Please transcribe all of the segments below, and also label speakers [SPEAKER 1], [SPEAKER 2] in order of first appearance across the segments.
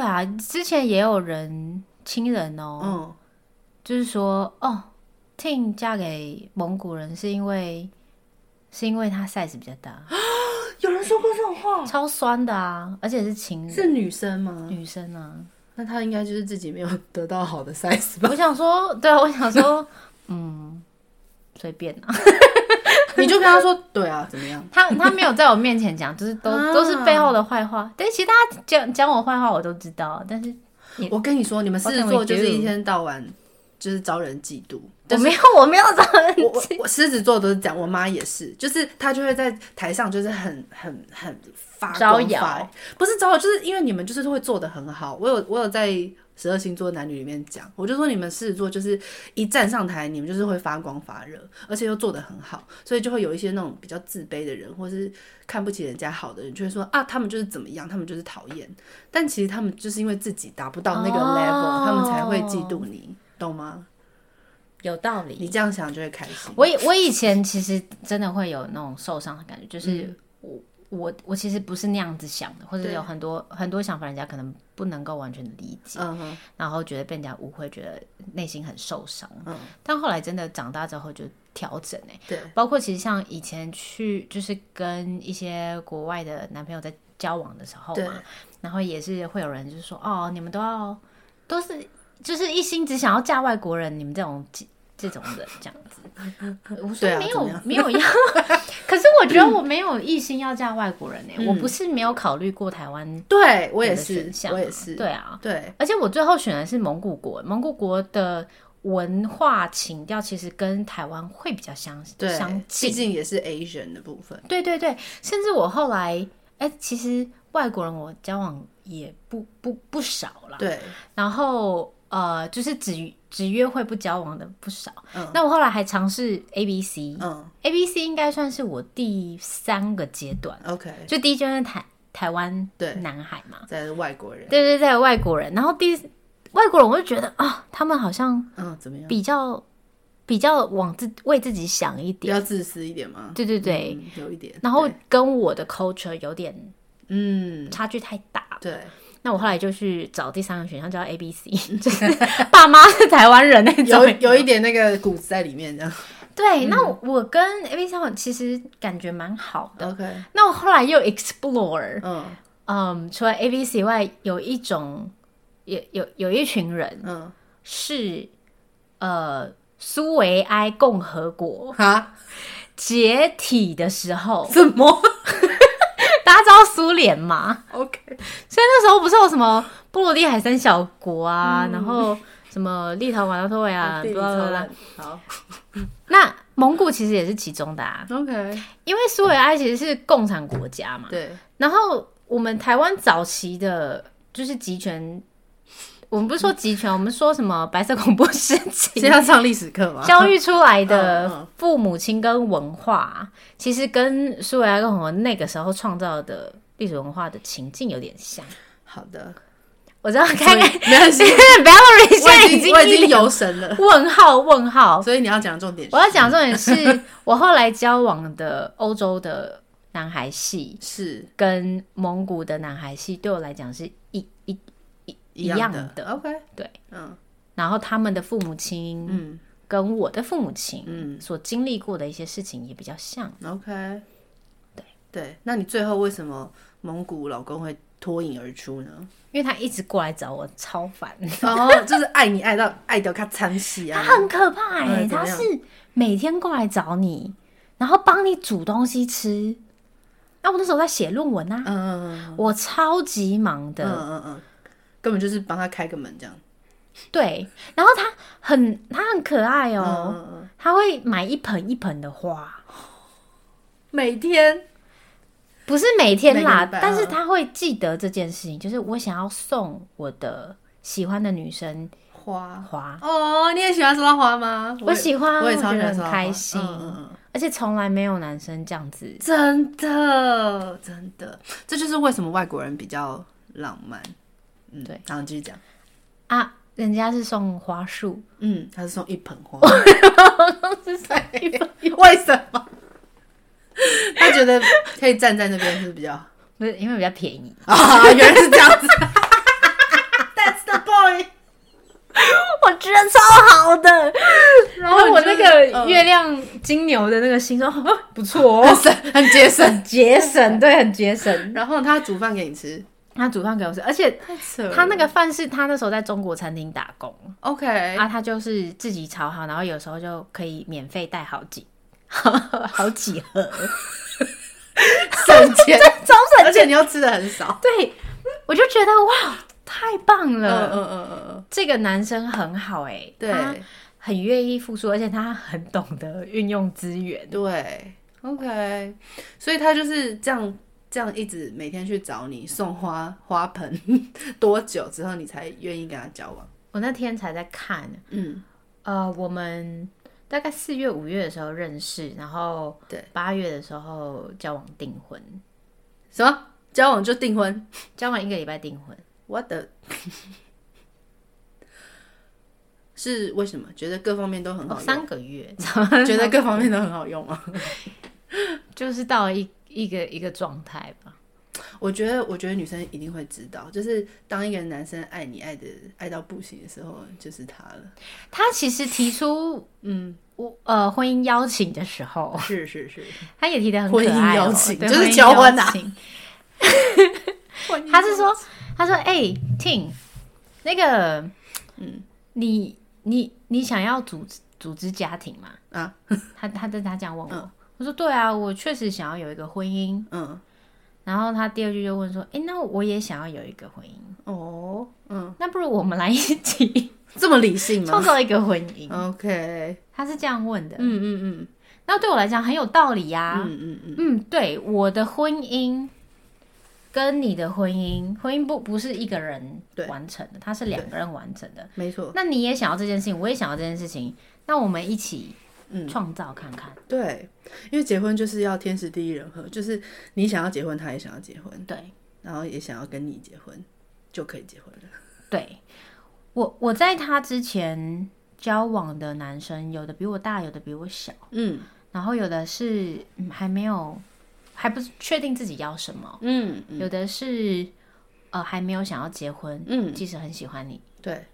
[SPEAKER 1] 啊，之前也有人亲人哦，
[SPEAKER 2] 嗯，
[SPEAKER 1] 就是说哦，Tin 嫁给蒙古人是因为是因为她 size 比较大，
[SPEAKER 2] 有人说过这种话，
[SPEAKER 1] 超酸的啊，而且是情人
[SPEAKER 2] 是女生吗？
[SPEAKER 1] 女生啊。
[SPEAKER 2] 那她应该就是自己没有得到好的 size 吧？
[SPEAKER 1] 我想说，对啊，我想说， 嗯，随便啊。
[SPEAKER 2] 你就跟她说，对啊，怎么样？
[SPEAKER 1] 他他没有在我面前讲，就是都、
[SPEAKER 2] 啊
[SPEAKER 1] 都是背后的坏话。但其实大家讲讲我坏话，我都知道，但是
[SPEAKER 2] 我跟你说，你们狮
[SPEAKER 1] What
[SPEAKER 2] 子
[SPEAKER 1] can we
[SPEAKER 2] 座就是
[SPEAKER 1] do？
[SPEAKER 2] 一天到晚就是招人嫉妒。
[SPEAKER 1] 我没有我没有这样。
[SPEAKER 2] 我我我狮子座都是这样，我妈也是，就是她就会在台上就是很很很发光
[SPEAKER 1] 招摇
[SPEAKER 2] 发不是招摇，就是因为你们就是会做的很好。我有我有在十二星座男女里面讲，我就说你们狮子座就是一站上台，你们就是会发光发热，而且又做的很好，所以就会有一些那种比较自卑的人，或是看不起人家好的人，就会说啊，他们就是怎么样，他们就是讨厌。但其实他们就是因为自己达不到那个
[SPEAKER 1] 哦
[SPEAKER 2] level，、他们才会嫉妒你，懂吗？
[SPEAKER 1] 有道理
[SPEAKER 2] 你这样想就会开心。
[SPEAKER 1] 我以我以前其实真的会有那种受伤的感觉，就是我、我我其实不是那样子想的，或者
[SPEAKER 2] 嗯对
[SPEAKER 1] 有很多很多想法，人家可能不能够完全理解，
[SPEAKER 2] 嗯哼，
[SPEAKER 1] 然后觉得被人家误会，觉得内心很受伤。
[SPEAKER 2] 嗯
[SPEAKER 1] 但后来真的长大之后就调整哎、
[SPEAKER 2] 对。
[SPEAKER 1] 包括其实像以前去就是跟一些国外的男朋友在交往的时候
[SPEAKER 2] 对
[SPEAKER 1] 嘛，然后也是会有人就是说哦，你们都要都是就是一心只想要嫁外国人，你们这种这种人这样子， 我说
[SPEAKER 2] 对啊
[SPEAKER 1] 没
[SPEAKER 2] 怎么
[SPEAKER 1] 有、
[SPEAKER 2] 样
[SPEAKER 1] 没有要， 可是我觉得我没有一心要嫁外国人呢、欸我不是没有考虑过台湾
[SPEAKER 2] 对嗯我也
[SPEAKER 1] 的
[SPEAKER 2] 是
[SPEAKER 1] 选，项啊，
[SPEAKER 2] 我也是，
[SPEAKER 1] 对啊，
[SPEAKER 2] 对
[SPEAKER 1] 而且我最后选的是蒙古国，蒙古国的文化情调其实跟台湾会比较相
[SPEAKER 2] 对
[SPEAKER 1] 相，
[SPEAKER 2] 毕
[SPEAKER 1] 近。
[SPEAKER 2] 竟也是 Asian 的部分。
[SPEAKER 1] 对对对，甚至我后来，哎、其实外国人我交往也不不不少啦。
[SPEAKER 2] 对，
[SPEAKER 1] 然后呃，就是只只约会不交往的不少。
[SPEAKER 2] 嗯
[SPEAKER 1] 那我后来还尝试 A B C，A、
[SPEAKER 2] 嗯
[SPEAKER 1] B C 应该算是我第三个阶段，
[SPEAKER 2] ，OK，
[SPEAKER 1] 就第一阶段是台台湾
[SPEAKER 2] 对
[SPEAKER 1] 男孩嘛，
[SPEAKER 2] 在外国人，
[SPEAKER 1] 对对对，外国人。然后第外国人我就觉得啊、他们好像
[SPEAKER 2] 嗯，怎么样？
[SPEAKER 1] 比较比较往自为自己想一
[SPEAKER 2] 比
[SPEAKER 1] 点，
[SPEAKER 2] 较自私一点吗？
[SPEAKER 1] 对对对。
[SPEAKER 2] 嗯，有一点。
[SPEAKER 1] 然后
[SPEAKER 2] 对
[SPEAKER 1] 跟我的 culture 有点
[SPEAKER 2] 嗯，
[SPEAKER 1] 差距太大，
[SPEAKER 2] 对，
[SPEAKER 1] 那我后来就去找第三个选项叫 A B C，就是 爸妈是台湾人那
[SPEAKER 2] 有
[SPEAKER 1] 种。
[SPEAKER 2] 有一嗯点那个骨子在里面 这样。
[SPEAKER 1] 对，那我跟 A B C 其实感觉蛮好的。
[SPEAKER 2] OK，
[SPEAKER 1] 那我后来又 explore，
[SPEAKER 2] 嗯
[SPEAKER 1] 嗯，除了 A B C 以外，有一种有有有一群人
[SPEAKER 2] 嗯，
[SPEAKER 1] 是呃苏维埃共和国
[SPEAKER 2] 哈，
[SPEAKER 1] 解体的时候，
[SPEAKER 2] 怎么
[SPEAKER 1] 大家知道苏联吗？
[SPEAKER 2] ？OK，
[SPEAKER 1] 所以那时候不是有什么波罗的海三小国
[SPEAKER 2] 嗯
[SPEAKER 1] 啊，然后什么立陶宛、拉脱维亚，啊不
[SPEAKER 2] 地理
[SPEAKER 1] 知道
[SPEAKER 2] 超烂。好
[SPEAKER 1] 那蒙古其实也是其中的、啊，
[SPEAKER 2] ，OK，
[SPEAKER 1] 因为苏维埃其实是共产国家嘛。
[SPEAKER 2] 对，
[SPEAKER 1] 然后我们台湾早期的就是集权，我们不是说集权，我们说什么白色恐怖事
[SPEAKER 2] 先
[SPEAKER 1] 情。
[SPEAKER 2] 要上历史课吗？
[SPEAKER 1] 教育出来
[SPEAKER 2] 啊嗯嗯
[SPEAKER 1] 的父母亲跟文化，其实跟苏维埃共和国那个时候创造的历史文化的情境有点像。
[SPEAKER 2] 好的，
[SPEAKER 1] 我知道，看看
[SPEAKER 2] 所以没关系，
[SPEAKER 1] Valerie 现在
[SPEAKER 2] 我
[SPEAKER 1] 已
[SPEAKER 2] 已经
[SPEAKER 1] 经
[SPEAKER 2] 我已
[SPEAKER 1] 一
[SPEAKER 2] 经
[SPEAKER 1] 脸
[SPEAKER 2] 游神了，
[SPEAKER 1] 问号问号。
[SPEAKER 2] 所以你要讲重点是。
[SPEAKER 1] 我要讲重点 是我后来交往的欧洲的男孩系
[SPEAKER 2] 是
[SPEAKER 1] 跟蒙古的男孩系，对我来讲是一一一一样
[SPEAKER 2] 的
[SPEAKER 1] 的。
[SPEAKER 2] ，OK，
[SPEAKER 1] 对，
[SPEAKER 2] 嗯
[SPEAKER 1] 然后他们的父母亲
[SPEAKER 2] 嗯
[SPEAKER 1] 跟我的父母亲
[SPEAKER 2] 嗯
[SPEAKER 1] 所经历过的一些事情也比较像。
[SPEAKER 2] ，OK，对对，那你最后为什么蒙古老公会脱颖而出呢？
[SPEAKER 1] 因为他一直过来找我，超烦，
[SPEAKER 2] 哦，就是爱你爱到爱到他惨死
[SPEAKER 1] 他
[SPEAKER 2] 啊！
[SPEAKER 1] 很可怕哎、
[SPEAKER 2] 嗯怎么
[SPEAKER 1] 他
[SPEAKER 2] 样
[SPEAKER 1] 是每天过来找你，然后帮你煮东西吃。那、我那时候在写论文啊，
[SPEAKER 2] 嗯嗯
[SPEAKER 1] 我超级忙
[SPEAKER 2] 嗯
[SPEAKER 1] 的，
[SPEAKER 2] 嗯嗯，根本就是帮他开个门这样。
[SPEAKER 1] 对。然后他很他很可爱哦，
[SPEAKER 2] 嗯嗯，
[SPEAKER 1] 他会买一盆一盆的花，
[SPEAKER 2] 每天
[SPEAKER 1] 不是每天
[SPEAKER 2] 每个
[SPEAKER 1] 啦
[SPEAKER 2] 礼，拜
[SPEAKER 1] 但是
[SPEAKER 2] 嗯
[SPEAKER 1] 他会记得这件事情，就是我想要送我的喜欢的女生
[SPEAKER 2] 花
[SPEAKER 1] 花，
[SPEAKER 2] 哦，你也喜欢收到花吗？
[SPEAKER 1] 我
[SPEAKER 2] 也
[SPEAKER 1] 喜欢啊，
[SPEAKER 2] 我也
[SPEAKER 1] 觉
[SPEAKER 2] 超喜
[SPEAKER 1] 得
[SPEAKER 2] 欢
[SPEAKER 1] 很
[SPEAKER 2] 收到花
[SPEAKER 1] 开心，
[SPEAKER 2] 嗯嗯嗯
[SPEAKER 1] 而且从来没有男生这样子。
[SPEAKER 2] 真的真的，这就是为什么外国人比较浪漫。嗯，
[SPEAKER 1] 对，
[SPEAKER 2] 然后继续讲。
[SPEAKER 1] 啊，人家是送花束，
[SPEAKER 2] 嗯，他是送一盆 花。
[SPEAKER 1] 是送一盆，
[SPEAKER 2] 为什么？他觉得可 以站在那边是比较
[SPEAKER 1] 不是因为比较便宜。
[SPEAKER 2] 啊，原来是这样子。
[SPEAKER 1] 的。 然后我那个
[SPEAKER 2] 嗯
[SPEAKER 1] 月亮金牛的那个星座， 哦不错哦，
[SPEAKER 2] 很省，很节省。
[SPEAKER 1] 节 省，对，很节省。
[SPEAKER 2] 然后他煮饭给你吃，
[SPEAKER 1] 他煮饭给我吃，而且
[SPEAKER 2] 太扯
[SPEAKER 1] 他
[SPEAKER 2] 他
[SPEAKER 1] 那
[SPEAKER 2] 那
[SPEAKER 1] 个
[SPEAKER 2] 个
[SPEAKER 1] 饭是他那时候在中国餐厅打工，
[SPEAKER 2] OK，
[SPEAKER 1] 啊，他就是自己炒好，然后有时候就可以免费带好几 好几盒，
[SPEAKER 2] 省钱，
[SPEAKER 1] 超省
[SPEAKER 2] 而且你又吃的很少。
[SPEAKER 1] 对，我就觉得哇，太棒
[SPEAKER 2] 嗯
[SPEAKER 1] 了，
[SPEAKER 2] 嗯嗯嗯嗯，啊
[SPEAKER 1] 这个男生很好哎、他
[SPEAKER 2] 对
[SPEAKER 1] 很愿意付出，而且他很懂得运用资源。
[SPEAKER 2] 对，OK，所以他就是这样这样一直每天去找你送花花盆， 多久之后你才愿意跟他交往？
[SPEAKER 1] 我那天才在看，
[SPEAKER 2] 嗯，
[SPEAKER 1] 呃，我们大概四月、五月的时候认识，然后
[SPEAKER 2] 对
[SPEAKER 1] 八月的时候交往订婚，
[SPEAKER 2] 什么交往就订婚
[SPEAKER 1] 交往一个礼拜订婚，
[SPEAKER 2] ？What the？是为什么？觉得各方面都很
[SPEAKER 1] 哦
[SPEAKER 2] 好，用，
[SPEAKER 1] 三个月，
[SPEAKER 2] 觉得各方面都很好用吗？
[SPEAKER 1] 就是到一一个一个状态吧。
[SPEAKER 2] 我觉得，我觉得女生一定会知道，就是当一个男生爱你爱的爱到不行的时候，就是他了。
[SPEAKER 1] 他其实提出
[SPEAKER 2] 嗯，
[SPEAKER 1] 我呃婚姻邀请的时候，
[SPEAKER 2] 是是是，
[SPEAKER 1] 他也提哦的很可
[SPEAKER 2] 婚姻
[SPEAKER 1] 爱、哦，
[SPEAKER 2] 邀请
[SPEAKER 1] 对
[SPEAKER 2] 就是
[SPEAKER 1] 婚姻
[SPEAKER 2] 求婚
[SPEAKER 1] 邀
[SPEAKER 2] 啊
[SPEAKER 1] 请他是说，他说：“哎、t i n 那个，嗯，你你你想要组织组织家庭吗？”
[SPEAKER 2] 啊，
[SPEAKER 1] 他他他他这样问我，我说：“对啊，我确实想要有一个婚姻。
[SPEAKER 2] 嗯，”
[SPEAKER 1] 然后他第二句就问说：“哎、那我也想要有一个婚姻，
[SPEAKER 2] 哦，嗯，
[SPEAKER 1] 那不如我们来一起
[SPEAKER 2] 这么理性吗
[SPEAKER 1] 创造一个婚姻
[SPEAKER 2] ？OK，？”
[SPEAKER 1] 他是这样问的。
[SPEAKER 2] 嗯嗯嗯
[SPEAKER 1] 那对我来讲很有道理呀、
[SPEAKER 2] 嗯嗯嗯，
[SPEAKER 1] 嗯，对，我的婚姻跟你的婚姻，婚姻不不是一个人
[SPEAKER 2] 对
[SPEAKER 1] 完成的，它是两个人完成的。
[SPEAKER 2] 嗯没错，
[SPEAKER 1] 那你也想要这件事情，我也想要这件事情，那我们一起
[SPEAKER 2] 嗯
[SPEAKER 1] 创造看看。
[SPEAKER 2] 对，因为结婚就是要天时地利人和，就是你想要结婚，他也想要结婚，
[SPEAKER 1] 对
[SPEAKER 2] 然后也想要跟你结婚，就可以结婚了。
[SPEAKER 1] 对，我我在他之前交往的男生，有的比我大，有的比我小，
[SPEAKER 2] 嗯
[SPEAKER 1] 然后有的是、嗯还没有，还不确定自己要什么，
[SPEAKER 2] 嗯
[SPEAKER 1] 有的是呃还没有想要结婚，
[SPEAKER 2] 嗯，
[SPEAKER 1] 即使很喜欢你，
[SPEAKER 2] 对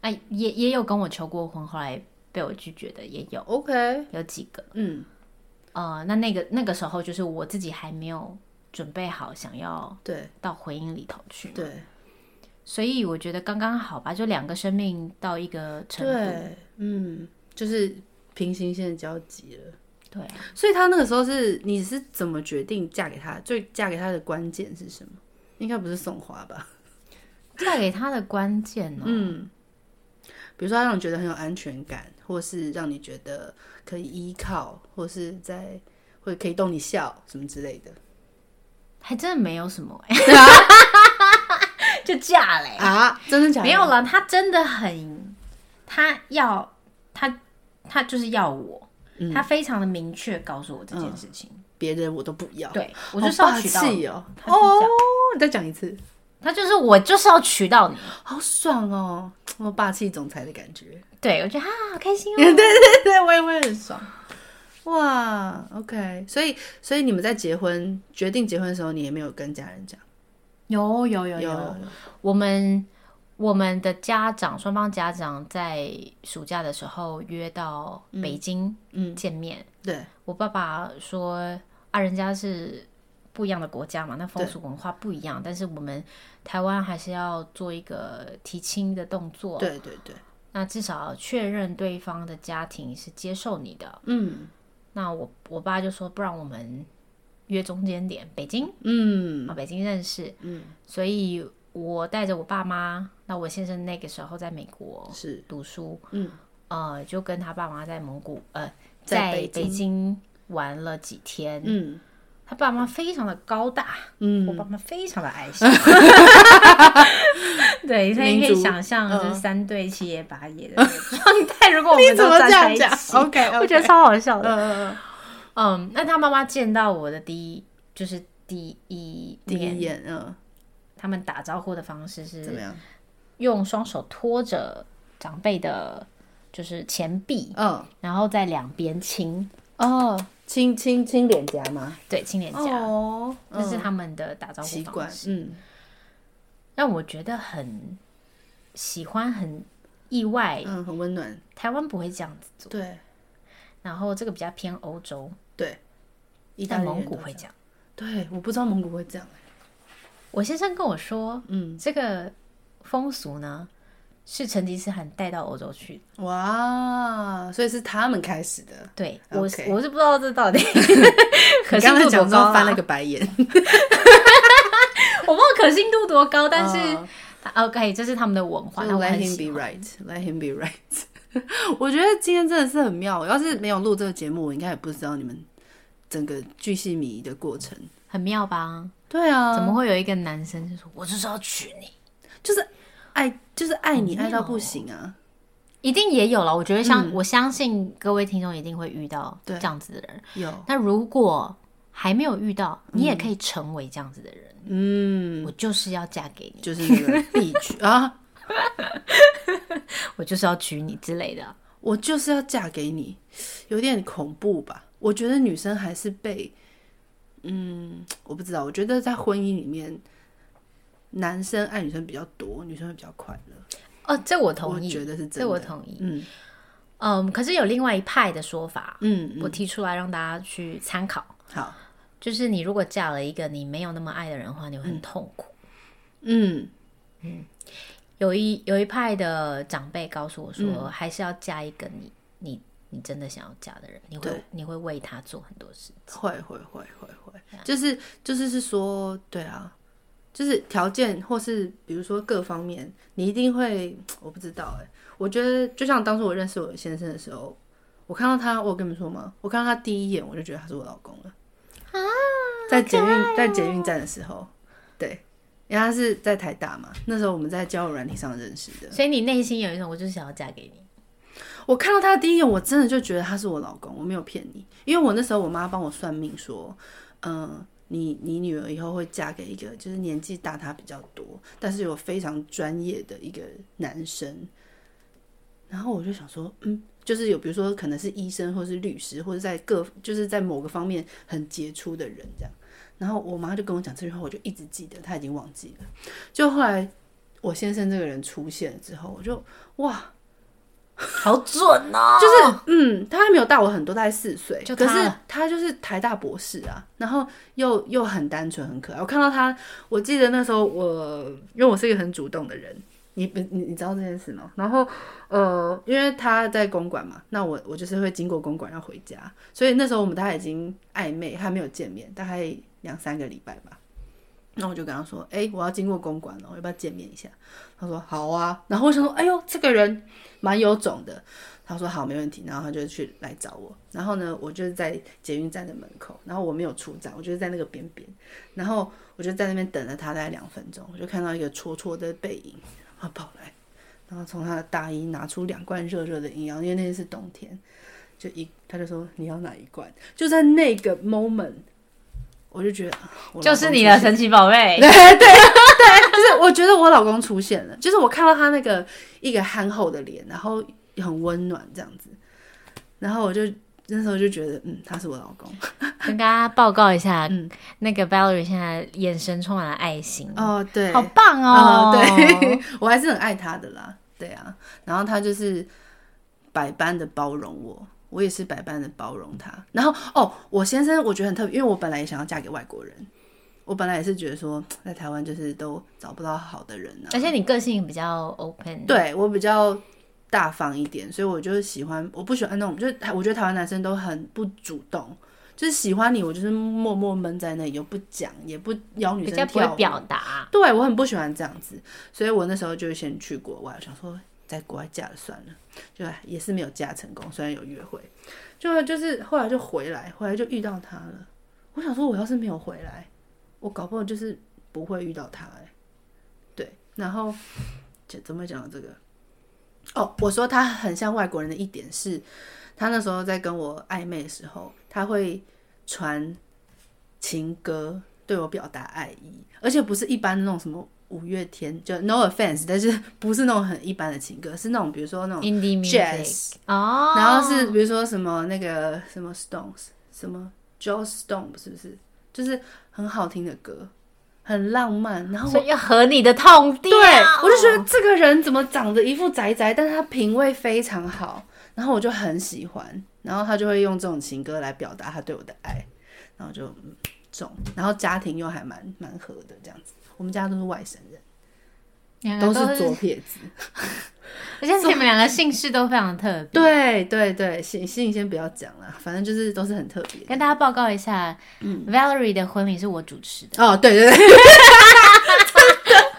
[SPEAKER 1] 哎、也也有跟我求过婚，后来被我拒绝的也有，
[SPEAKER 2] ，OK，
[SPEAKER 1] 有几个。
[SPEAKER 2] 嗯，
[SPEAKER 1] 呃，那那个那个时候就是我自己还没有准备好想要
[SPEAKER 2] 对
[SPEAKER 1] 到婚姻里头去，
[SPEAKER 2] 对
[SPEAKER 1] 所以我觉得刚刚好吧，就两个生命到一个程度，
[SPEAKER 2] 对，嗯，就是平行线交集了。
[SPEAKER 1] 对，
[SPEAKER 2] 所以他那个时候是你是怎么决定嫁给他？最嫁给他的关键是什么？应该不是送花吧？
[SPEAKER 1] 嫁给他的关键呢、
[SPEAKER 2] 嗯，比如说他让你觉得很有安全感，或是让你觉得可以依靠，或是在会可以逗你笑什么之类的
[SPEAKER 1] 还真的没有什 么、欸，就嫁嘞、
[SPEAKER 2] 啊？真的假的？
[SPEAKER 1] 没有了，他真的很，他要他他就是要我，
[SPEAKER 2] 嗯
[SPEAKER 1] 他非常的明确告诉我这件事情，
[SPEAKER 2] 别的我都不嗯要，
[SPEAKER 1] 对我
[SPEAKER 2] 好
[SPEAKER 1] 就是要
[SPEAKER 2] 霸
[SPEAKER 1] 娶到你，
[SPEAKER 2] 气哦。
[SPEAKER 1] 他就是这
[SPEAKER 2] 哦
[SPEAKER 1] 样，
[SPEAKER 2] 你再讲一次，
[SPEAKER 1] 他就是我就是要娶到你，
[SPEAKER 2] 好爽哦，我霸气总裁的感觉。
[SPEAKER 1] 对我觉得啊好开心哦，
[SPEAKER 2] 对对对，我也会很爽。哇，OK，所以所以你们在结婚决定结婚的时候，你也没有跟家人讲，
[SPEAKER 1] 有有有
[SPEAKER 2] 哦有
[SPEAKER 1] 有，我们我们的家长双方家长在暑假的时候约到北京
[SPEAKER 2] 嗯
[SPEAKER 1] 见面。
[SPEAKER 2] 对
[SPEAKER 1] 我爸爸说啊，人家是不一样的国家嘛，那风俗文化不一样，但是我们台湾还是要做一个提亲的动作，
[SPEAKER 2] 对对对，
[SPEAKER 1] 那至少确认对方的家庭是接受你的。
[SPEAKER 2] 嗯
[SPEAKER 1] 那我我爸就说，不然我们约中间点，北京。
[SPEAKER 2] 嗯
[SPEAKER 1] 啊，北京认识，嗯，所以我带着我爸妈，那我先生那个时候在美国
[SPEAKER 2] 是
[SPEAKER 1] 读书，
[SPEAKER 2] 嗯
[SPEAKER 1] 呃，就跟他爸妈在蒙古，呃，
[SPEAKER 2] 在
[SPEAKER 1] 在
[SPEAKER 2] 北京
[SPEAKER 1] 北京玩了几天。
[SPEAKER 2] 嗯
[SPEAKER 1] 他爸妈非常的高大，我
[SPEAKER 2] 嗯，
[SPEAKER 1] 爸妈非常的矮 小，对，所以你可
[SPEAKER 2] 民
[SPEAKER 1] 以
[SPEAKER 2] 族
[SPEAKER 1] 想象
[SPEAKER 2] 嗯
[SPEAKER 1] 就是三对七爷八爷的那个状 态。如果我们
[SPEAKER 2] 怎
[SPEAKER 1] 都
[SPEAKER 2] 么
[SPEAKER 1] 站
[SPEAKER 2] 这
[SPEAKER 1] 在
[SPEAKER 2] 样
[SPEAKER 1] 一
[SPEAKER 2] 讲哎
[SPEAKER 1] 起，
[SPEAKER 2] ？OK，
[SPEAKER 1] 我觉得超好笑的。
[SPEAKER 2] 嗯嗯
[SPEAKER 1] 嗯，那他妈妈见到我的第一就是第一
[SPEAKER 2] 第
[SPEAKER 1] 面
[SPEAKER 2] 一眼嗯
[SPEAKER 1] 他们打招呼的方式
[SPEAKER 2] 怎么
[SPEAKER 1] 是
[SPEAKER 2] 样？
[SPEAKER 1] 用双手托着长辈的，就是前臂，
[SPEAKER 2] 嗯
[SPEAKER 1] 然后在两边亲，
[SPEAKER 2] 哦，亲亲亲脸颊吗？
[SPEAKER 1] 对，亲脸颊，
[SPEAKER 2] 啊哦，
[SPEAKER 1] 这是他们的打招呼
[SPEAKER 2] 习
[SPEAKER 1] 方
[SPEAKER 2] 惯
[SPEAKER 1] 式，
[SPEAKER 2] 嗯
[SPEAKER 1] 让我觉得很喜欢，很意外，
[SPEAKER 2] 嗯，很温暖，
[SPEAKER 1] 台湾不会这样子做，
[SPEAKER 2] 对
[SPEAKER 1] 然后这个比较偏欧洲，
[SPEAKER 2] 对，意大
[SPEAKER 1] 但
[SPEAKER 2] 利
[SPEAKER 1] 蒙
[SPEAKER 2] 人
[SPEAKER 1] 古
[SPEAKER 2] 都
[SPEAKER 1] 会
[SPEAKER 2] 这
[SPEAKER 1] 这
[SPEAKER 2] 样，
[SPEAKER 1] 样。
[SPEAKER 2] 对，我不知道蒙古会这样，
[SPEAKER 1] 我先生跟我说，
[SPEAKER 2] 嗯，
[SPEAKER 1] 这个风俗呢是成吉思汗带到欧洲去的。
[SPEAKER 2] 哇，所以是他们开始的，
[SPEAKER 1] 对我是
[SPEAKER 2] OK
[SPEAKER 1] 我是不知道这到底， 可
[SPEAKER 2] 你
[SPEAKER 1] 信
[SPEAKER 2] 刚才
[SPEAKER 1] 度
[SPEAKER 2] 讲
[SPEAKER 1] 多
[SPEAKER 2] 之
[SPEAKER 1] 高、
[SPEAKER 2] 后
[SPEAKER 1] 啊？
[SPEAKER 2] 翻了个白眼，
[SPEAKER 1] 我忘了可信度多高，但是、
[SPEAKER 2] 哦
[SPEAKER 1] OK，这是他们的文化，
[SPEAKER 2] 就
[SPEAKER 1] 那我
[SPEAKER 2] let
[SPEAKER 1] 很
[SPEAKER 2] him
[SPEAKER 1] 喜
[SPEAKER 2] be
[SPEAKER 1] 欢。
[SPEAKER 2] right，let him be right。我觉 得今天真的是很妙，要是没有录这个节目，我应该也不知道你们整个巨细靡遗的过程。
[SPEAKER 1] 很妙吧？
[SPEAKER 2] 对啊，
[SPEAKER 1] 怎么会有一个男生就说：“我就是要娶你
[SPEAKER 2] 就是爱，就是爱你
[SPEAKER 1] 好妙
[SPEAKER 2] 爱到不行啊！？”
[SPEAKER 1] 一定也有了，我觉得相、我相信各位听众一定会遇到
[SPEAKER 2] 对
[SPEAKER 1] 这样子的人。
[SPEAKER 2] 有，
[SPEAKER 1] 那如果还没有遇到，你也可以成为这样子的人。
[SPEAKER 2] 嗯，
[SPEAKER 1] 我就是要嫁给你，
[SPEAKER 2] 就是那个必娶啊，
[SPEAKER 1] 我就是要娶你之类的。
[SPEAKER 2] 我就是要嫁给你，有点恐怖吧？我觉得女生还是被，嗯，我不知道，我觉得在婚姻里面，男生爱女生比较多，女生会比较快乐。
[SPEAKER 1] 哦，这我同
[SPEAKER 2] 我
[SPEAKER 1] 意，
[SPEAKER 2] 觉得是真的。
[SPEAKER 1] 这我同意。
[SPEAKER 2] 嗯
[SPEAKER 1] 嗯，可是有另外一派的说法，
[SPEAKER 2] 嗯，
[SPEAKER 1] 我提出来让大家去参考。
[SPEAKER 2] 好，
[SPEAKER 1] 就是你如果嫁了一个你没有那么爱的人的话，你会很痛苦。
[SPEAKER 2] 嗯
[SPEAKER 1] 有一有一派的长辈告诉我说，
[SPEAKER 2] 嗯
[SPEAKER 1] 还是要嫁一个你你你真的想要嫁的人，你会你会为他做很多事。
[SPEAKER 2] 会会会会会，就是就是是说，对啊，就是条件或是比如说各方面，你一定会，我不知道哎、我觉得就像当初我认识我先生的时候，我看到他，我有跟你们说吗？我看到他第一眼我就觉得他是我老公了啊，在捷运、在捷运站的时候，对，因为他是在台大嘛，那时候我们在交友软体上认识的。
[SPEAKER 1] 所以你内心有一种，我就是想要嫁给 你。
[SPEAKER 2] 我看到他的第一眼，我真的就觉得他是我老公，我没有骗你，因为我那时候我妈帮我算命说，嗯、你你女儿以后会嫁给一个就是年纪大她比较多，但是有非常专业的一个男生，然后我就想说，嗯，就是有比如说可能是医生或是律师，或者在各就是在某个方面很杰出的人这样，然后我妈就跟我讲这句话，我就一直记得，她已经忘记了，就后来我先生这个人出现了之后，我就哇。
[SPEAKER 1] 好准哦！
[SPEAKER 2] 就是嗯，他还没有大我很多，大概四岁。
[SPEAKER 1] 就
[SPEAKER 2] 可
[SPEAKER 1] 他
[SPEAKER 2] 是
[SPEAKER 1] 了
[SPEAKER 2] 他就是台大博士啊，然后又又很单纯，很可爱。我看到他，我记得那时候我，因为我是一个很主动的人，你不你你知道这件事吗？然后呃，因为他在公馆嘛，那我我就是会经过公馆要回家，所以那时候我们大概已经暧昧，还没有见面，大概两三个礼拜吧。那我就跟他说：“哎、我要经过公馆了，我要不要见面一下？”他说：“好啊。”然后我想说：“哎呦，这个人蛮有种的。”他说好，没问题，然后他就去来找我。然后呢，我就是在捷运站的门口，然后我没有出站，我就是在那个边边，然后我就在那边等了他大概两分钟，我就看到一个戳戳的背影，他跑来，然后从他的大衣拿出两罐热热的饮料，因为那天是冬天，就一他就说你要哪一罐？就在那个 moment，我就觉得啊我老公
[SPEAKER 1] 就是你
[SPEAKER 2] 出
[SPEAKER 1] 的
[SPEAKER 2] 现
[SPEAKER 1] 神奇宝 贝，
[SPEAKER 2] 就是我觉得我老公出现了，就是我看到他那个一个憨厚的脸，然后很温暖这样子，然后我就那时候就觉得，嗯，他是我老公。
[SPEAKER 1] 跟大家报告一下，
[SPEAKER 2] 嗯
[SPEAKER 1] 那个 Valerie 现在眼神充满了爱心，
[SPEAKER 2] 哦，对，
[SPEAKER 1] 嗯好棒哦！
[SPEAKER 2] 哦，对， 我还是很爱他的啦，对啊。然后他就是百般的包容我，我也是百般的包容他。然后哦，我先生我觉得很特别，因为我本来也想要嫁给外国人，我本来也是觉得说在台湾就是都找不到好的人啊，
[SPEAKER 1] 而且你个性比较 open，
[SPEAKER 2] 对我比较大方一点，所以我就是喜欢，我不喜欢那种，就是台我觉得台湾男生都很不主动，就是喜欢你，我就是默默闷在那里，又不讲，也不邀女
[SPEAKER 1] 比
[SPEAKER 2] 生
[SPEAKER 1] 较不会
[SPEAKER 2] 跳舞
[SPEAKER 1] 表达。
[SPEAKER 2] 对我很不喜欢这样子，所以我那时候就先去国外，我想说在国外嫁了算了，就也是没有嫁成功，虽然有约会，就就是后来就回来，回来就遇到他了。我想说，我要是没有回来，我搞不好就是不会遇到他哎、对，然后这怎么讲到这个？哦，我说他很像外国人的一点是，他那时候在跟我暧昧的时候，他会传情歌对我表达爱意，而且不是一般那种什么五月天，就 no offense，但是不是那种很一般的情歌，是那种比如说那种
[SPEAKER 1] Indie music
[SPEAKER 2] jazz，
[SPEAKER 1] 哦，
[SPEAKER 2] 然后是比如说什么那个什么 Stones，什么 Joe Stone 是不是？就是很好听的歌，很浪漫，然后
[SPEAKER 1] 所以要合你的痛啊调。
[SPEAKER 2] 对哦我就觉得这个人怎么长得一副宅宅，但是他品味非常好，然后我就很喜欢，然后他就会用这种情歌来表达他对我的爱，然后就嗯中，然后家庭又还蛮蛮合的这样子，我们家都是外省人，
[SPEAKER 1] 两
[SPEAKER 2] 都
[SPEAKER 1] 个
[SPEAKER 2] 是左撇子。
[SPEAKER 1] 而且你们两个姓氏都非常特别。
[SPEAKER 2] 对对对，姓姓先不要讲了，反正就是都是很特别的。
[SPEAKER 1] 跟大家报告一下、v a l e r i e 的婚礼是我主持的，
[SPEAKER 2] 哦，对对对，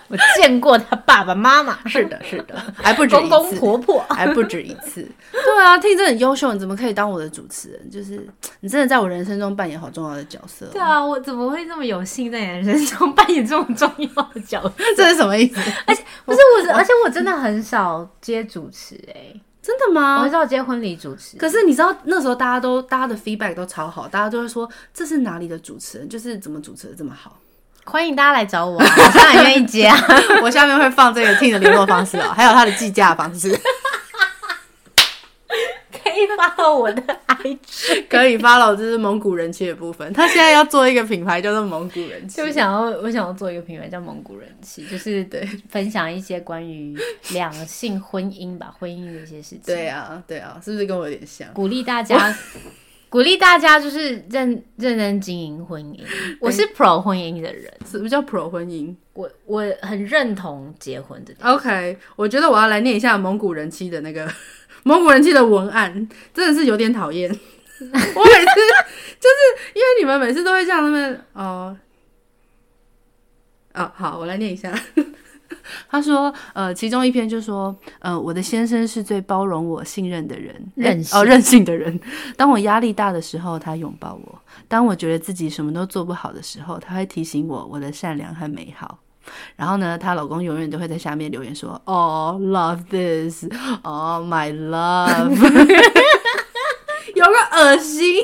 [SPEAKER 1] 我见过她爸爸妈 妈、
[SPEAKER 2] 是的，是的，还不 止
[SPEAKER 1] 公
[SPEAKER 2] 一
[SPEAKER 1] 公
[SPEAKER 2] 次，
[SPEAKER 1] 婆婆。
[SPEAKER 2] 还不止一 次。对啊，听着很优秀，你怎么可以当我的主持人？就是你真的在我人生中扮演好重要的角色哦、
[SPEAKER 1] 对啊，我怎么会这么有幸在你的人生中扮演这种重要的角色？
[SPEAKER 2] 这是什么 意思？
[SPEAKER 1] 不是我，而且我真的很少接主持哎、
[SPEAKER 2] 真的
[SPEAKER 1] 我
[SPEAKER 2] 吗
[SPEAKER 1] 很？少接婚礼主持。
[SPEAKER 2] 哦可是你知道那时候大家都大家的 feedback 都超好，大家都会说这是哪里的主持人，就是怎么主持的这么好。
[SPEAKER 1] 欢迎大家来找我、啊，我当然愿意接啊。
[SPEAKER 2] 我下面会放这个 T 的联络方式哦，还有他的计价 方式，
[SPEAKER 1] 可以发到我的 IG。
[SPEAKER 2] 可以 follow 这是蒙古人气的部分。他现在要做一个品牌叫做蒙古人气
[SPEAKER 1] 就，想要，我想要做一个品牌叫“蒙古人气”，就是 对分享一些关于两性婚姻吧，婚姻的一些事情。
[SPEAKER 2] 对啊，对啊，是不是跟我有点像？
[SPEAKER 1] 鼓励大家，鼓励大家就是认认真经营婚姻。我是 pro 婚姻的人，
[SPEAKER 2] 什么叫 pro 婚姻
[SPEAKER 1] 我我很认同结婚这件
[SPEAKER 2] ？OK，我觉得我要来念一下蒙古人妻的那个 蒙古人妻的文案，真的是有点讨厌。我每次就是因为你们每次都会这样，他们哦，哦，好，我来念一下。 他说，呃，其中一篇就说，呃，我的先生是最包容我、信任的人，
[SPEAKER 1] 任性
[SPEAKER 2] 哦，任性的人。 当我压力大的时候，他拥抱我；当我觉得自己什么都做不好的时候，他会提醒我我的善良和美好。然后呢，她老公永远都会在下面留言说：“哦、l o v e this，哦、my love，有个恶心。”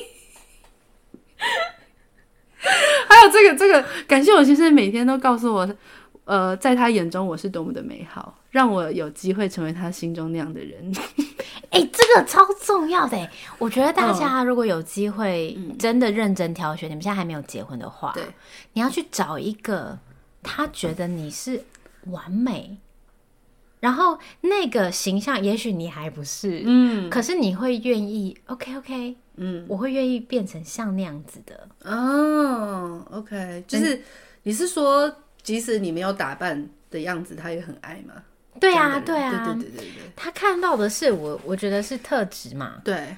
[SPEAKER 2] 还有这个这个，感谢我先生每天都告诉我，呃，在他眼中我是多么的美好，让我有机会成为他心中那样的人。
[SPEAKER 1] 哎、这个超重要的欸！我觉得大
[SPEAKER 2] 嗯
[SPEAKER 1] 家如果有机会真的认真挑选，你们现在还没有结婚的话，
[SPEAKER 2] 对，
[SPEAKER 1] 你要去找一个他觉得你是完美，然后那个形象，也许你还不是，
[SPEAKER 2] 嗯
[SPEAKER 1] 可是你会愿意，OK OK，
[SPEAKER 2] 嗯，
[SPEAKER 1] 我会愿意变成像那样子的，
[SPEAKER 2] 哦，OK，就是、你是说，即使你没有打扮的样子，他也很爱吗？
[SPEAKER 1] 对啊，
[SPEAKER 2] 这
[SPEAKER 1] 对
[SPEAKER 2] 样的人
[SPEAKER 1] 啊，
[SPEAKER 2] 对对对对对。
[SPEAKER 1] 他看到的是我，我觉得是特质嘛，
[SPEAKER 2] 对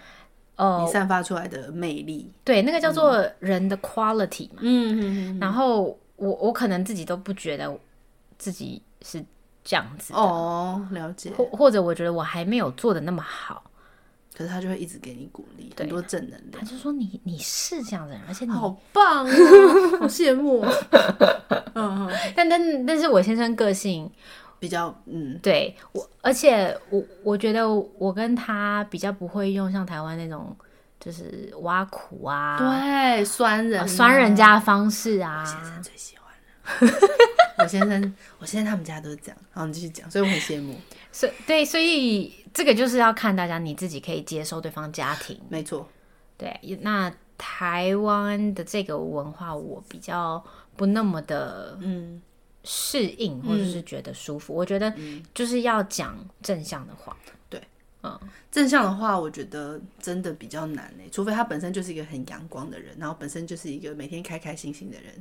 [SPEAKER 1] 哦、
[SPEAKER 2] 你散发出来的魅力，
[SPEAKER 1] 对，那个叫做人的 quality 嘛。
[SPEAKER 2] 嗯嗯
[SPEAKER 1] 然后我我可能自己都不觉得自己是这样子的，
[SPEAKER 2] 哦，了解。
[SPEAKER 1] 或或者我觉得我还没有做的那么好，
[SPEAKER 2] 可是他就会一直给你鼓励，
[SPEAKER 1] 对
[SPEAKER 2] 很多正能
[SPEAKER 1] 他
[SPEAKER 2] 量，
[SPEAKER 1] 就说你你是这样的人，而且你，
[SPEAKER 2] 好棒哦，好羡慕 哦。嗯，嗯
[SPEAKER 1] 但但但是我先生个性
[SPEAKER 2] 比较嗯
[SPEAKER 1] 对我，而且我我觉得我跟他比较不会用像台湾那种就是挖苦啊，
[SPEAKER 2] 对，酸人
[SPEAKER 1] 呃
[SPEAKER 2] 啊
[SPEAKER 1] 酸人，家的方式啊，
[SPEAKER 2] 先生最喜欢了。我先生，我先生他们家都是这样，好，你继续讲，所以我很羡慕，
[SPEAKER 1] 所以对，所以这个就是要看大家你自己可以接受对方家庭。
[SPEAKER 2] 没错，
[SPEAKER 1] 对，那台湾的这个文化我比较不那么的
[SPEAKER 2] 嗯，
[SPEAKER 1] 适应，或者是觉得舒服。我觉得就是要讲正向的话，
[SPEAKER 2] 正向的话，我觉得真的比较难呢，除非他本身就是一个很阳光的人，然后本身就是一个每天开开心心的人。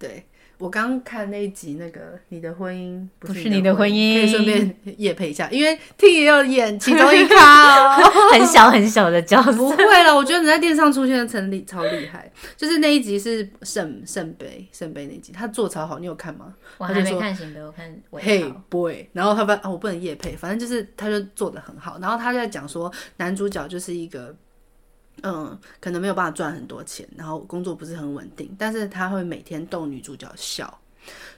[SPEAKER 2] 对我刚看那一集那个你的婚姻不
[SPEAKER 1] 不
[SPEAKER 2] 是
[SPEAKER 1] 是你的婚姻
[SPEAKER 2] 可以顺便夜配一下，因为 T 也有演其中一 咖哦。
[SPEAKER 1] 很小很小的角色。
[SPEAKER 2] 不会了，我觉得你在电视上出现的陈立超厉害，就是那一集是圣圣杯圣杯那一集，他做超好，你有看吗？
[SPEAKER 1] 我
[SPEAKER 2] 他
[SPEAKER 1] 还
[SPEAKER 2] 就
[SPEAKER 1] 没
[SPEAKER 2] 说
[SPEAKER 1] 看行的，我看我
[SPEAKER 2] 嘿、boy，然后他把啊，我不能夜配，反正就是他就做的很好，然后他就在讲说男主角就是一个。嗯，可能没有办法赚很多钱，然后工作不是很稳定，但是他会每天逗女主角笑，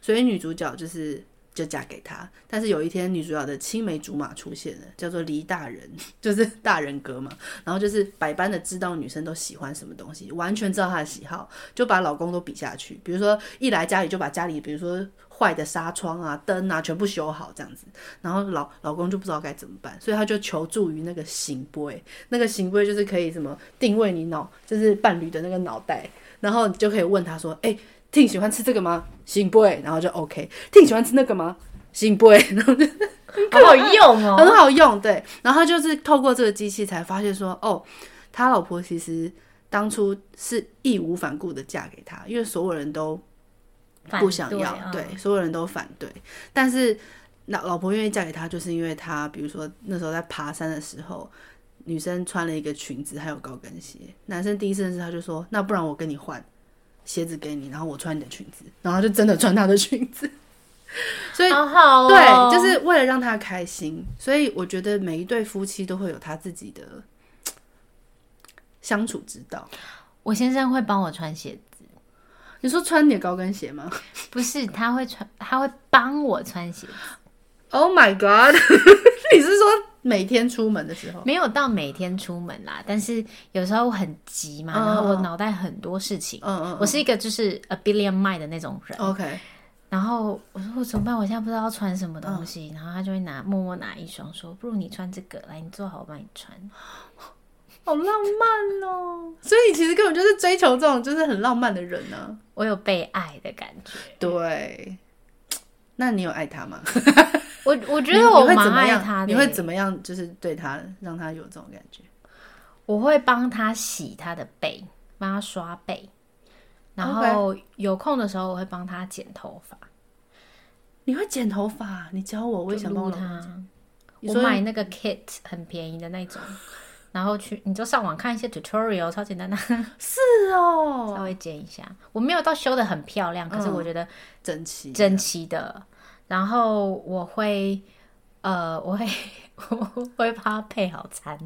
[SPEAKER 2] 所以女主角就是就嫁给他。但是有一天，女主角的青梅竹马出现了，叫做黎大人， 就是大人哥嘛。然后就是百般的知道女生都喜欢什么东西，完全知道她的喜好，就把老公都比下去。比如说一来家里就把家里，比如说坏的纱窗啊、灯啊全部修好这样子，然后老老公就不知道该怎么办，所以他就求助于那个醒波，那个醒波就是可以什么定位你脑，就是伴侣的那个脑袋，然后你就可以问他说，哎、听喜欢吃这个吗？行不会，然后就 OK。听喜欢吃那个吗？行不会，然后就
[SPEAKER 1] 好好用哦。
[SPEAKER 2] 很好用，对。然后他就是透过这个机器才发现说，哦，他老婆其实当初是义无反顾的嫁给他，因为所有人都
[SPEAKER 1] 反
[SPEAKER 2] 不想要，
[SPEAKER 1] 啊
[SPEAKER 2] 对，所有人都反对。但是老老婆愿意嫁给他，就是因为他，比如说那时候在爬山的时候，女生穿了一个裙子，还有高跟鞋，男生第一次认识他就说，那不然我跟你换鞋子给你，然后我穿你的裙子，然后他就真的穿他的裙子。 所以
[SPEAKER 1] 好好哦。
[SPEAKER 2] 对，就是为了让他开心，所以我觉得每一对夫妻都会有他自己的嘖相处之道。
[SPEAKER 1] 我先生会帮我穿鞋子，
[SPEAKER 2] 你说穿你的高跟鞋吗
[SPEAKER 1] 不是他会穿，他会帮我穿鞋子，
[SPEAKER 2] ？Oh my god！你 是说每天出门的时候？
[SPEAKER 1] 没有到每天出门啦，但是有时候我很急嘛，
[SPEAKER 2] 嗯
[SPEAKER 1] 然后我脑袋很多事情，
[SPEAKER 2] 嗯嗯
[SPEAKER 1] 我是一个就是 a billion mind 的那种人，
[SPEAKER 2] ，OK，
[SPEAKER 1] 然后我说我怎么办？我现在不知道要穿什么东
[SPEAKER 2] 嗯
[SPEAKER 1] 西，然后他就会拿默默拿一双说，不如你穿这个来，你做好我帮你穿。
[SPEAKER 2] 好浪漫哦！所以你其实根本就是追求这种就是很浪漫的人呢、
[SPEAKER 1] 我有被爱的感 觉，
[SPEAKER 2] 对，嘖那你有爱他吗？
[SPEAKER 1] 我我觉
[SPEAKER 2] 你
[SPEAKER 1] 得我
[SPEAKER 2] 你会
[SPEAKER 1] 蛮
[SPEAKER 2] 怎么
[SPEAKER 1] 爱
[SPEAKER 2] 样？
[SPEAKER 1] 他的、
[SPEAKER 2] 你会怎么样？就是对他，让他有这种感觉。
[SPEAKER 1] 我会帮他洗他的背，帮他刷背，然后有空的时候我会帮他剪头发，
[SPEAKER 2] 你会剪头发？你教哦我，我也
[SPEAKER 1] 就
[SPEAKER 2] 想帮
[SPEAKER 1] 撸
[SPEAKER 2] 我老公
[SPEAKER 1] 他。
[SPEAKER 2] 你
[SPEAKER 1] 我
[SPEAKER 2] 说
[SPEAKER 1] 买那个 kit 很便宜的那种，然后去你就上网看一些 tutorial，超简单的，
[SPEAKER 2] 是哦，嗯
[SPEAKER 1] 稍微剪一下。我没有到修的很漂亮，可是我觉得
[SPEAKER 2] 整齐，
[SPEAKER 1] 整齐的。然后我会，呃，我会 我会帮他配好餐。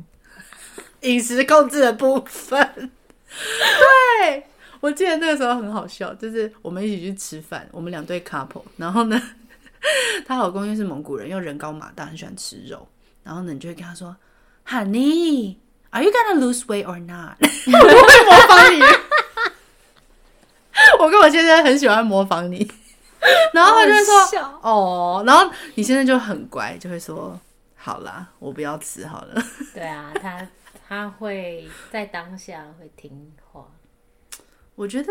[SPEAKER 2] 饮食控制的部 分。对，我记得那个时候很好笑，就是我们一起去吃饭，我们两对 couple，然后呢， 她老公又是蒙古人，又人高马大，很喜欢吃肉，然后呢，你就会跟他说，Honey。Are you gonna lose weight or not？我 会模仿你， 我跟我先生很喜欢模仿 你，然后他就会
[SPEAKER 1] 好
[SPEAKER 2] 说
[SPEAKER 1] 笑
[SPEAKER 2] 哦，然后你先生就很乖，就会说好啦，我不要吃好了。
[SPEAKER 1] 对啊，他他会在当下会听话。
[SPEAKER 2] 我觉得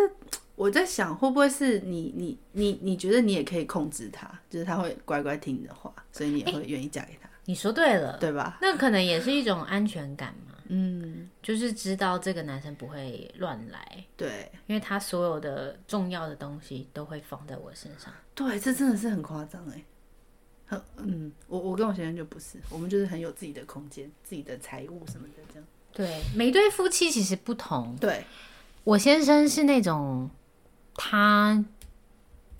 [SPEAKER 2] 我在想，会不会是你你你你觉得你也可以控制他，就是他会乖乖听你的话，所以你也会愿意嫁给他，
[SPEAKER 1] 你说对了，
[SPEAKER 2] 对吧？
[SPEAKER 1] 那可能也是一种安全感嘛，
[SPEAKER 2] 嗯，
[SPEAKER 1] 就是知道这个男生不会乱来，
[SPEAKER 2] 对
[SPEAKER 1] 因为他所有的重要的东西都会放在我身上。
[SPEAKER 2] 对，这真的是很夸张哎。很嗯，我我跟我先生就不是，我们就是很有自己的空间、自己的财务什么的这样。
[SPEAKER 1] 对，每对夫妻其实不同。
[SPEAKER 2] 对，
[SPEAKER 1] 我先生是那种，他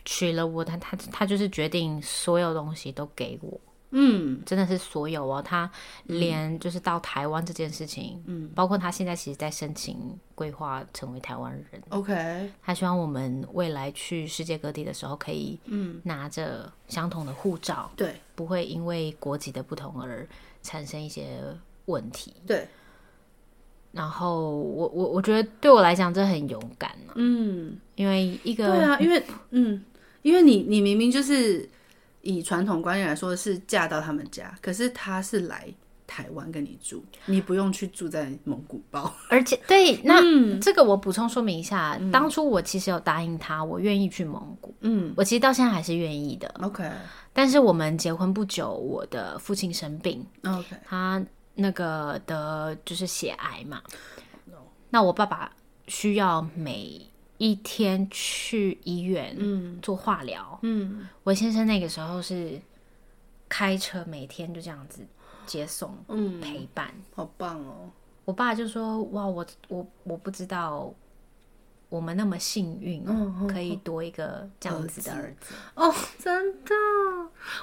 [SPEAKER 1] 娶了我，他他他就是决定所有东西都给我，
[SPEAKER 2] 嗯
[SPEAKER 1] 真的是所有哦。他连就是到台湾这件事情，嗯，包括他现在其实在申请规划成为台湾人。
[SPEAKER 2] ，OK，
[SPEAKER 1] 他希望我们未来去世界各地的时候，可以嗯拿着相同的护照，
[SPEAKER 2] 对
[SPEAKER 1] 不会因为国籍的不同而产生一些问题。
[SPEAKER 2] 对，
[SPEAKER 1] 然后我我我觉得对我来讲这很勇敢啊，
[SPEAKER 2] 嗯，
[SPEAKER 1] 因为一
[SPEAKER 2] 对
[SPEAKER 1] 个
[SPEAKER 2] 啊，因为嗯，因为你你明明就是以传统观念来说是嫁到他们家，可是他是来台湾跟你住，你不用去住在蒙古包。
[SPEAKER 1] 而且对那、
[SPEAKER 2] 嗯
[SPEAKER 1] 这个我补充说明一下，当初我其实有答应他，我愿意去蒙古，
[SPEAKER 2] 嗯
[SPEAKER 1] 我其实到现在还是愿意的。
[SPEAKER 2] ，OK
[SPEAKER 1] 但是我们结婚不久，我的父亲生病，
[SPEAKER 2] OK，
[SPEAKER 1] 他那个得就是血癌嘛。那我爸爸需要每一天去医院
[SPEAKER 2] 嗯
[SPEAKER 1] 做化疗。
[SPEAKER 2] 嗯
[SPEAKER 1] 我先生那个时候是开车每天就这样子接送
[SPEAKER 2] 嗯，
[SPEAKER 1] 陪伴。
[SPEAKER 2] 好棒哦。
[SPEAKER 1] 我爸就说：“哇，我我我不知道。”我们那么幸运，
[SPEAKER 2] 嗯嗯
[SPEAKER 1] 可以多一个这样子的儿子，
[SPEAKER 2] 哦，真的，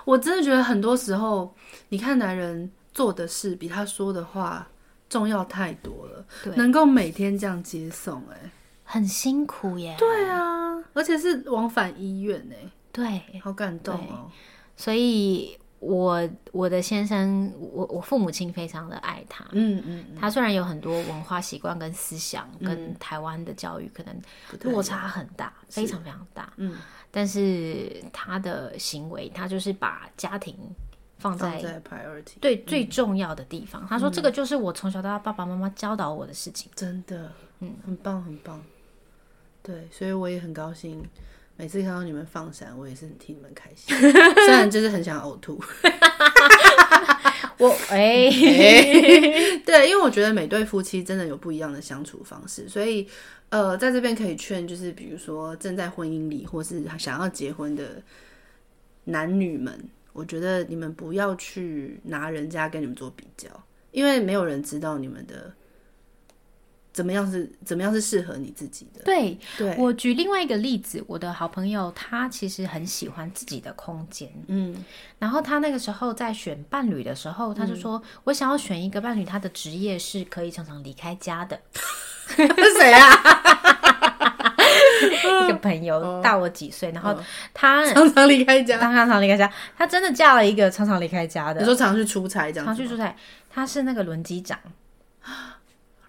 [SPEAKER 2] 我真的觉得很多时候，你看男人做的事比他说的话重要太多了。
[SPEAKER 1] 对
[SPEAKER 2] 能够每天这样接送、哎，
[SPEAKER 1] 很辛苦耶。
[SPEAKER 2] 对啊，而且是往返医院、
[SPEAKER 1] 对，
[SPEAKER 2] 哎，好感动哦。
[SPEAKER 1] 所以我我的先生，我我父母亲非常的爱他。
[SPEAKER 2] 嗯嗯嗯，
[SPEAKER 1] 他虽然有很多文化习惯跟思想，跟台湾的教育可能
[SPEAKER 2] 不太
[SPEAKER 1] 落差很大，非常非常大，
[SPEAKER 2] 嗯，
[SPEAKER 1] 但是他的行为，他就是把家庭放
[SPEAKER 2] 放
[SPEAKER 1] 在
[SPEAKER 2] 嗯在 priority，
[SPEAKER 1] 对最重要的地方。他说：“
[SPEAKER 2] 嗯
[SPEAKER 1] 这个就是我从小到大爸爸妈妈教导我的事情。
[SPEAKER 2] 真的，嗯，很棒很棒。对，所以我也很高兴，每次看到你们放闪，我也是很替你们开心，虽然就是很想呕吐。
[SPEAKER 1] 我哎，
[SPEAKER 2] 对，因为我觉得每对夫妻真的有不一样的相处方式，所以呃，在这边可以劝，就是比如说正在婚姻里或是想要结婚的男女们，我觉得你们不要去拿人家跟你们做比较，因为没有人知道你们的怎么样是怎么样是适合你自己的。
[SPEAKER 1] 对
[SPEAKER 2] 对，
[SPEAKER 1] 我举另外一个例子，我的好朋友他其实很喜欢自己的空间，
[SPEAKER 2] 嗯，
[SPEAKER 1] 然后他那个时候在选伴侣的时候，他就说、我想要选一个伴侣，他的职业是可以常常离开家的。
[SPEAKER 2] 是 谁啊？
[SPEAKER 1] 一个朋
[SPEAKER 2] 嗯
[SPEAKER 1] 友大我几岁，然后他
[SPEAKER 2] 常常离开
[SPEAKER 1] 他
[SPEAKER 2] 家，
[SPEAKER 1] 常常离开家，他真的嫁了一个常常离开家
[SPEAKER 2] 你
[SPEAKER 1] 的，
[SPEAKER 2] 说常去出差这样
[SPEAKER 1] 常
[SPEAKER 2] 子
[SPEAKER 1] 去
[SPEAKER 2] 吗。
[SPEAKER 1] 出差。他是那个轮机长，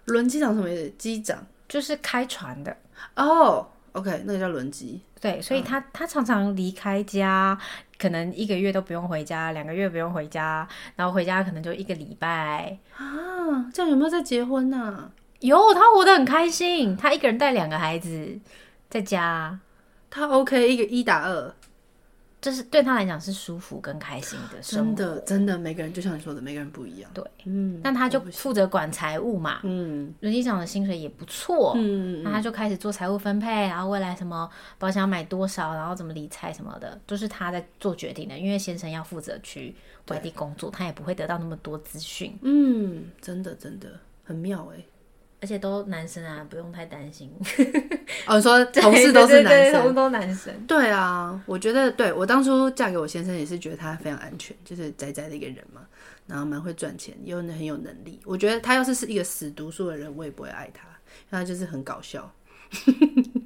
[SPEAKER 2] 轮机长什么意思？机长
[SPEAKER 1] 就是开船的。
[SPEAKER 2] 哦、o k 那个叫轮机。
[SPEAKER 1] 对，所以
[SPEAKER 2] 嗯
[SPEAKER 1] 他、他常常离开家，可能一个月都不用回家，两个月不用回家，然后回家可能就一个礼拜。
[SPEAKER 2] 啊，这样有没有在结婚啊呢、
[SPEAKER 1] 有，他活得很开心，他一个人带两个孩子在家，
[SPEAKER 2] 他 OK 一个一打二，
[SPEAKER 1] 这是对他来讲是舒服跟开心的生
[SPEAKER 2] 真
[SPEAKER 1] 活。
[SPEAKER 2] 的真的，每个人就像你说的，每个人不一样。
[SPEAKER 1] 对，
[SPEAKER 2] 嗯
[SPEAKER 1] 那他就负责管财务嘛，
[SPEAKER 2] 嗯
[SPEAKER 1] 轮机长的薪水也不错，
[SPEAKER 2] 嗯
[SPEAKER 1] 那他就开始做财务分配，然后未来什么保险要买多少，然后怎么理财什么的，都、是他在做决定的。因为先生要负责去外地工作，他也不会得到那么多资讯，
[SPEAKER 2] 嗯，真的真的很妙哎、
[SPEAKER 1] 而且都男生啊，不用太担心。
[SPEAKER 2] 哦，你说同事都
[SPEAKER 1] 对对
[SPEAKER 2] 是
[SPEAKER 1] 对
[SPEAKER 2] 男
[SPEAKER 1] 同
[SPEAKER 2] 生
[SPEAKER 1] 事。都男生。
[SPEAKER 2] 对啊，我觉得对我当初嫁给我先生也是觉得他非常安全，就是宅宅的一个人嘛，然后蛮会赚钱，又很有能力。我觉得他要是是一个死读书的人，我也不会爱他，因为他就是很搞笑。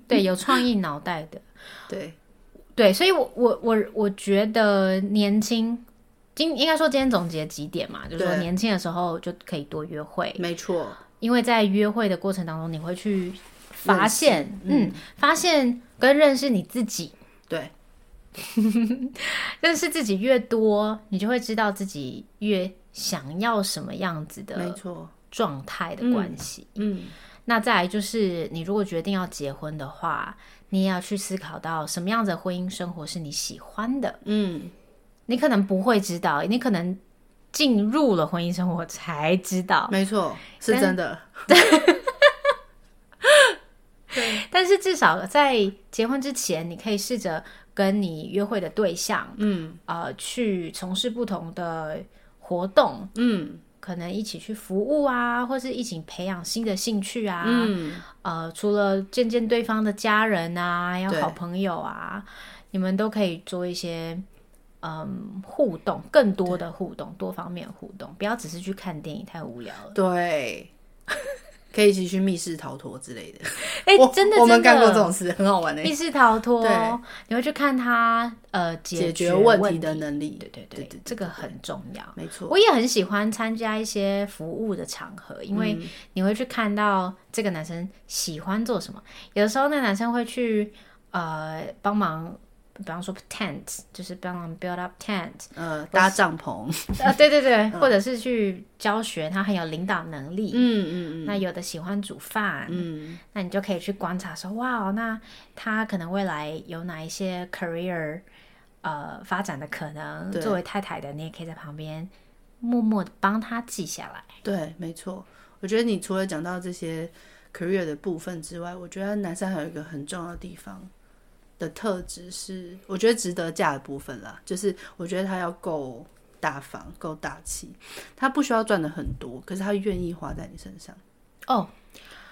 [SPEAKER 1] 对，有创意脑袋的。
[SPEAKER 2] 对，
[SPEAKER 1] 对，所以我，我我我觉得年轻，今应该说今天总结几点嘛，就是说
[SPEAKER 2] 对
[SPEAKER 1] 年轻的时候就可以多约会，
[SPEAKER 2] 没错，
[SPEAKER 1] 因为在约会的过程当中，你会去发现，
[SPEAKER 2] 嗯
[SPEAKER 1] 嗯，发现跟认识你自己，
[SPEAKER 2] 对，
[SPEAKER 1] 认识自己越多，你就会知道自己越想要什么样子
[SPEAKER 2] 没
[SPEAKER 1] 的
[SPEAKER 2] 错，
[SPEAKER 1] 状态的关系。
[SPEAKER 2] 嗯。
[SPEAKER 1] 那再来就是，你如果决定要结婚的话，你也要去思考到什么样子的婚姻生活是你喜欢的。
[SPEAKER 2] 嗯，
[SPEAKER 1] 你可能不会知道，你可能进入了婚姻生活才知道。
[SPEAKER 2] 没错，是真的。
[SPEAKER 1] 但是至少在结婚之前，你可以试着跟你约会的对象，嗯，呃，去从事不同的活动，
[SPEAKER 2] 嗯
[SPEAKER 1] 可能一起去服务啊，或是一起培养新的兴趣啊。
[SPEAKER 2] 嗯，
[SPEAKER 1] 呃，除了见见对方的家人啊，还有
[SPEAKER 2] 对
[SPEAKER 1] 好朋友啊，你们都可以做一些。嗯，互动更多的互动，多方面互动，不要只是去看电影，太无聊了。
[SPEAKER 2] 对，可以一起去密室逃脱之类的。
[SPEAKER 1] 哎、
[SPEAKER 2] 我
[SPEAKER 1] 真的，
[SPEAKER 2] 我
[SPEAKER 1] 真的
[SPEAKER 2] 们干过这种事，很好玩的、
[SPEAKER 1] 密室逃脱
[SPEAKER 2] 对，
[SPEAKER 1] 你会去看他呃解
[SPEAKER 2] 解决
[SPEAKER 1] 问
[SPEAKER 2] 问题的能力。
[SPEAKER 1] 对对对，
[SPEAKER 2] 对对
[SPEAKER 1] 这个很重要。
[SPEAKER 2] 没错。
[SPEAKER 1] 我也很喜欢参加一些服务的场合，因为你会去看到这个男生喜欢做什么。有的时候，那个男生会去呃帮忙，比方说 tent，就是帮忙 build up tent，
[SPEAKER 2] 呃，搭帐篷。
[SPEAKER 1] 啊，对对对，
[SPEAKER 2] 嗯
[SPEAKER 1] 或者是去教学，他很有领导能力。
[SPEAKER 2] 嗯嗯
[SPEAKER 1] 那有的喜欢煮饭，
[SPEAKER 2] 嗯
[SPEAKER 1] 那你就可以去观察说，哇，那他可能未来有哪一些 career 呃发展的可能？
[SPEAKER 2] 对
[SPEAKER 1] 作为太太的，你也可以在旁边默默的帮他记下来。
[SPEAKER 2] 嗯，对，没错。我觉得你除了讲到这些 career 的部分之外，我觉得男生还有一个很重要的地方的特质是，我觉得值得嫁的部分啦，就是我觉得他要够大方、够大气，他不需要赚的很多，可是他愿意花在你身上。
[SPEAKER 1] 哦、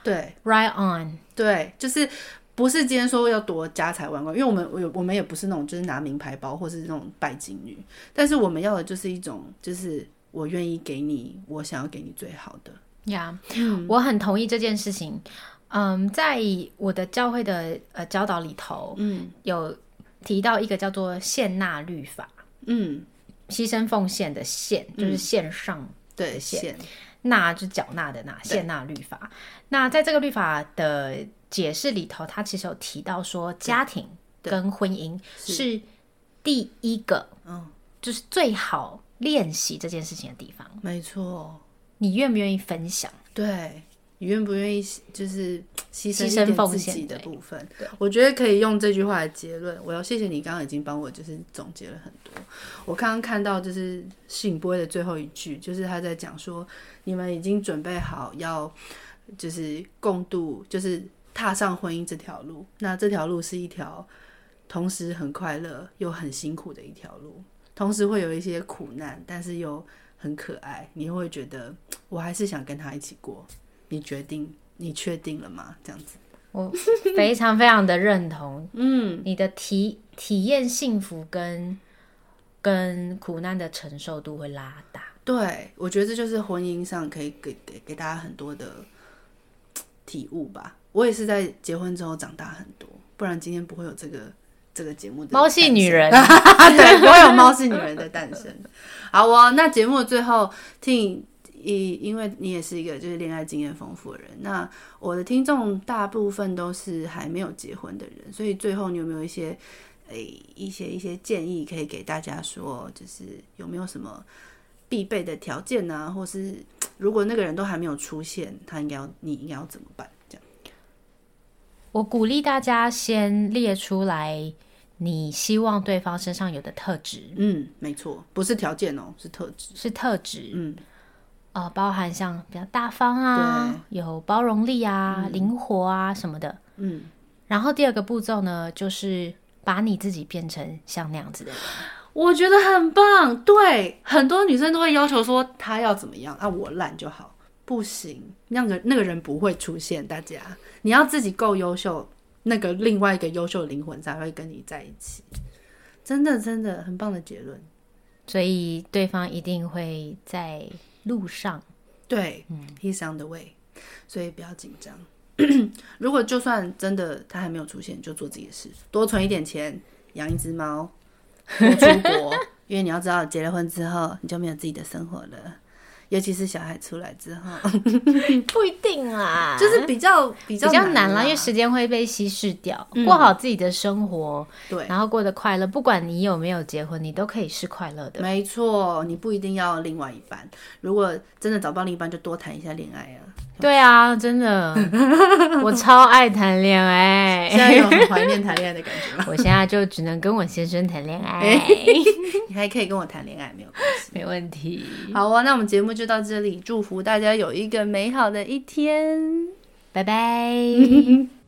[SPEAKER 2] 对，
[SPEAKER 1] r i g h t on，
[SPEAKER 2] 对，就是不是今天说要多家财万贯，因为我们我有我们也不是那种就是拿名牌包或是那种拜金女，但是我们要的就是一种就是我愿意给你我想要给你最好的，
[SPEAKER 1] 呀、
[SPEAKER 2] 嗯
[SPEAKER 1] 我很同意这件事情。嗯，在我的教会的呃教导里头，
[SPEAKER 2] 嗯
[SPEAKER 1] 有提到一个叫做谢纳律法，
[SPEAKER 2] 嗯，
[SPEAKER 1] 牺牲奉献的献，就是献上
[SPEAKER 2] 对，
[SPEAKER 1] 谢
[SPEAKER 2] 线，
[SPEAKER 1] 纳就是缴纳的纳，谢纳律法。那在这个律法的解释里头，它其实有提到说，家庭跟婚姻是第一个，
[SPEAKER 2] 嗯，
[SPEAKER 1] 就是最好练习这件事情的地方。
[SPEAKER 2] 没错，
[SPEAKER 1] 你愿不愿意分享？
[SPEAKER 2] 对，你愿不愿意就是牺
[SPEAKER 1] 牲
[SPEAKER 2] 牲一点
[SPEAKER 1] 奉
[SPEAKER 2] 自
[SPEAKER 1] 献
[SPEAKER 2] 己的
[SPEAKER 1] 对
[SPEAKER 2] 部分
[SPEAKER 1] 对。
[SPEAKER 2] 我觉得可以用这句话来结论。我要谢谢你刚刚已经帮我就是总结了很多。我刚刚看到就是信波的最后一句，就是他在讲说你们已经准备好要就是共度，就是踏上婚姻这条路。那这条路是一条同时很快乐又很辛苦的一条路，同时会有一些苦难，但是又很可爱。你会觉得我还是想跟他一起过。你决定，你确定了吗？这样子。
[SPEAKER 1] 我非常非常的认同，嗯，你的体体验幸福跟跟苦难的承受度会拉大，
[SPEAKER 2] 对，我觉得这就是婚姻上可以给给给大家很多的嘖体悟吧。我也是在结婚之后长大很多，不然今天不会有这个这个节目的
[SPEAKER 1] 猫系
[SPEAKER 2] 诞
[SPEAKER 1] 女
[SPEAKER 2] 生
[SPEAKER 1] 人
[SPEAKER 2] 对，不会有猫是女人的诞生。好哦，那节目的最后听。因因为你也是一个就是恋爱经验丰富的人，那我的听众大部分都是还没有结婚的人，所以最后你有没有一些诶、一些一些建议可以给大家说，就是有没有什么必备的条件呢、或是如果那个人都还没有出现，他应该要你应该要怎么办？这样
[SPEAKER 1] 我鼓励大家先列出来你希望对方身上有的特质，
[SPEAKER 2] 嗯，没错，不是条件哦，是特质。
[SPEAKER 1] 是特质，
[SPEAKER 2] 嗯，
[SPEAKER 1] 呃，包含像比较大方啊，有包容力啊、灵活啊什么的。
[SPEAKER 2] 嗯，
[SPEAKER 1] 然后第二个步骤呢，就是把你自己变成像那样子的人。
[SPEAKER 2] 我觉得很棒。对，很多女生都会要求说他要怎么样啊，我懒就好。不行，那个那个人不会出现。大家，你要自己够优秀，那个另外一个优秀的灵魂才会跟你在一起。真的，真的很棒的结论。
[SPEAKER 1] 所以对方一定会在路上。
[SPEAKER 2] 对、h
[SPEAKER 1] 嗯
[SPEAKER 2] e s on the way，所以不要紧张。 如果就算真的他还没有出现，就做自己的事，多存一点钱，养一只猫，多出国，因为你要知道，结了婚之后你就没有自己的生活了，尤其是小孩出来之后，
[SPEAKER 1] 不一定啊啦
[SPEAKER 2] 就是比较比较啊
[SPEAKER 1] 比较难啊
[SPEAKER 2] 啦，嗯
[SPEAKER 1] 啦，因为时间会被稀释掉。过好自己的生活，
[SPEAKER 2] 对。
[SPEAKER 1] 然后过得快乐，不管你有没有结婚，你都可以是快乐的。
[SPEAKER 2] 没错，你不一定要另外一半。如果真的找不到另一半，就多谈一下恋爱啊。
[SPEAKER 1] 对啊，真 的，我超爱谈恋爱。
[SPEAKER 2] 现在有很怀念谈恋爱的感觉吗？
[SPEAKER 1] 我现在就只能跟我先生谈恋
[SPEAKER 2] 哎
[SPEAKER 1] 爱，
[SPEAKER 2] 你还可以跟我谈恋爱，没有关系。
[SPEAKER 1] 没问题。
[SPEAKER 2] 好啊，那我们节目就到这里，祝福大家有一个美好的一天。
[SPEAKER 1] 拜拜。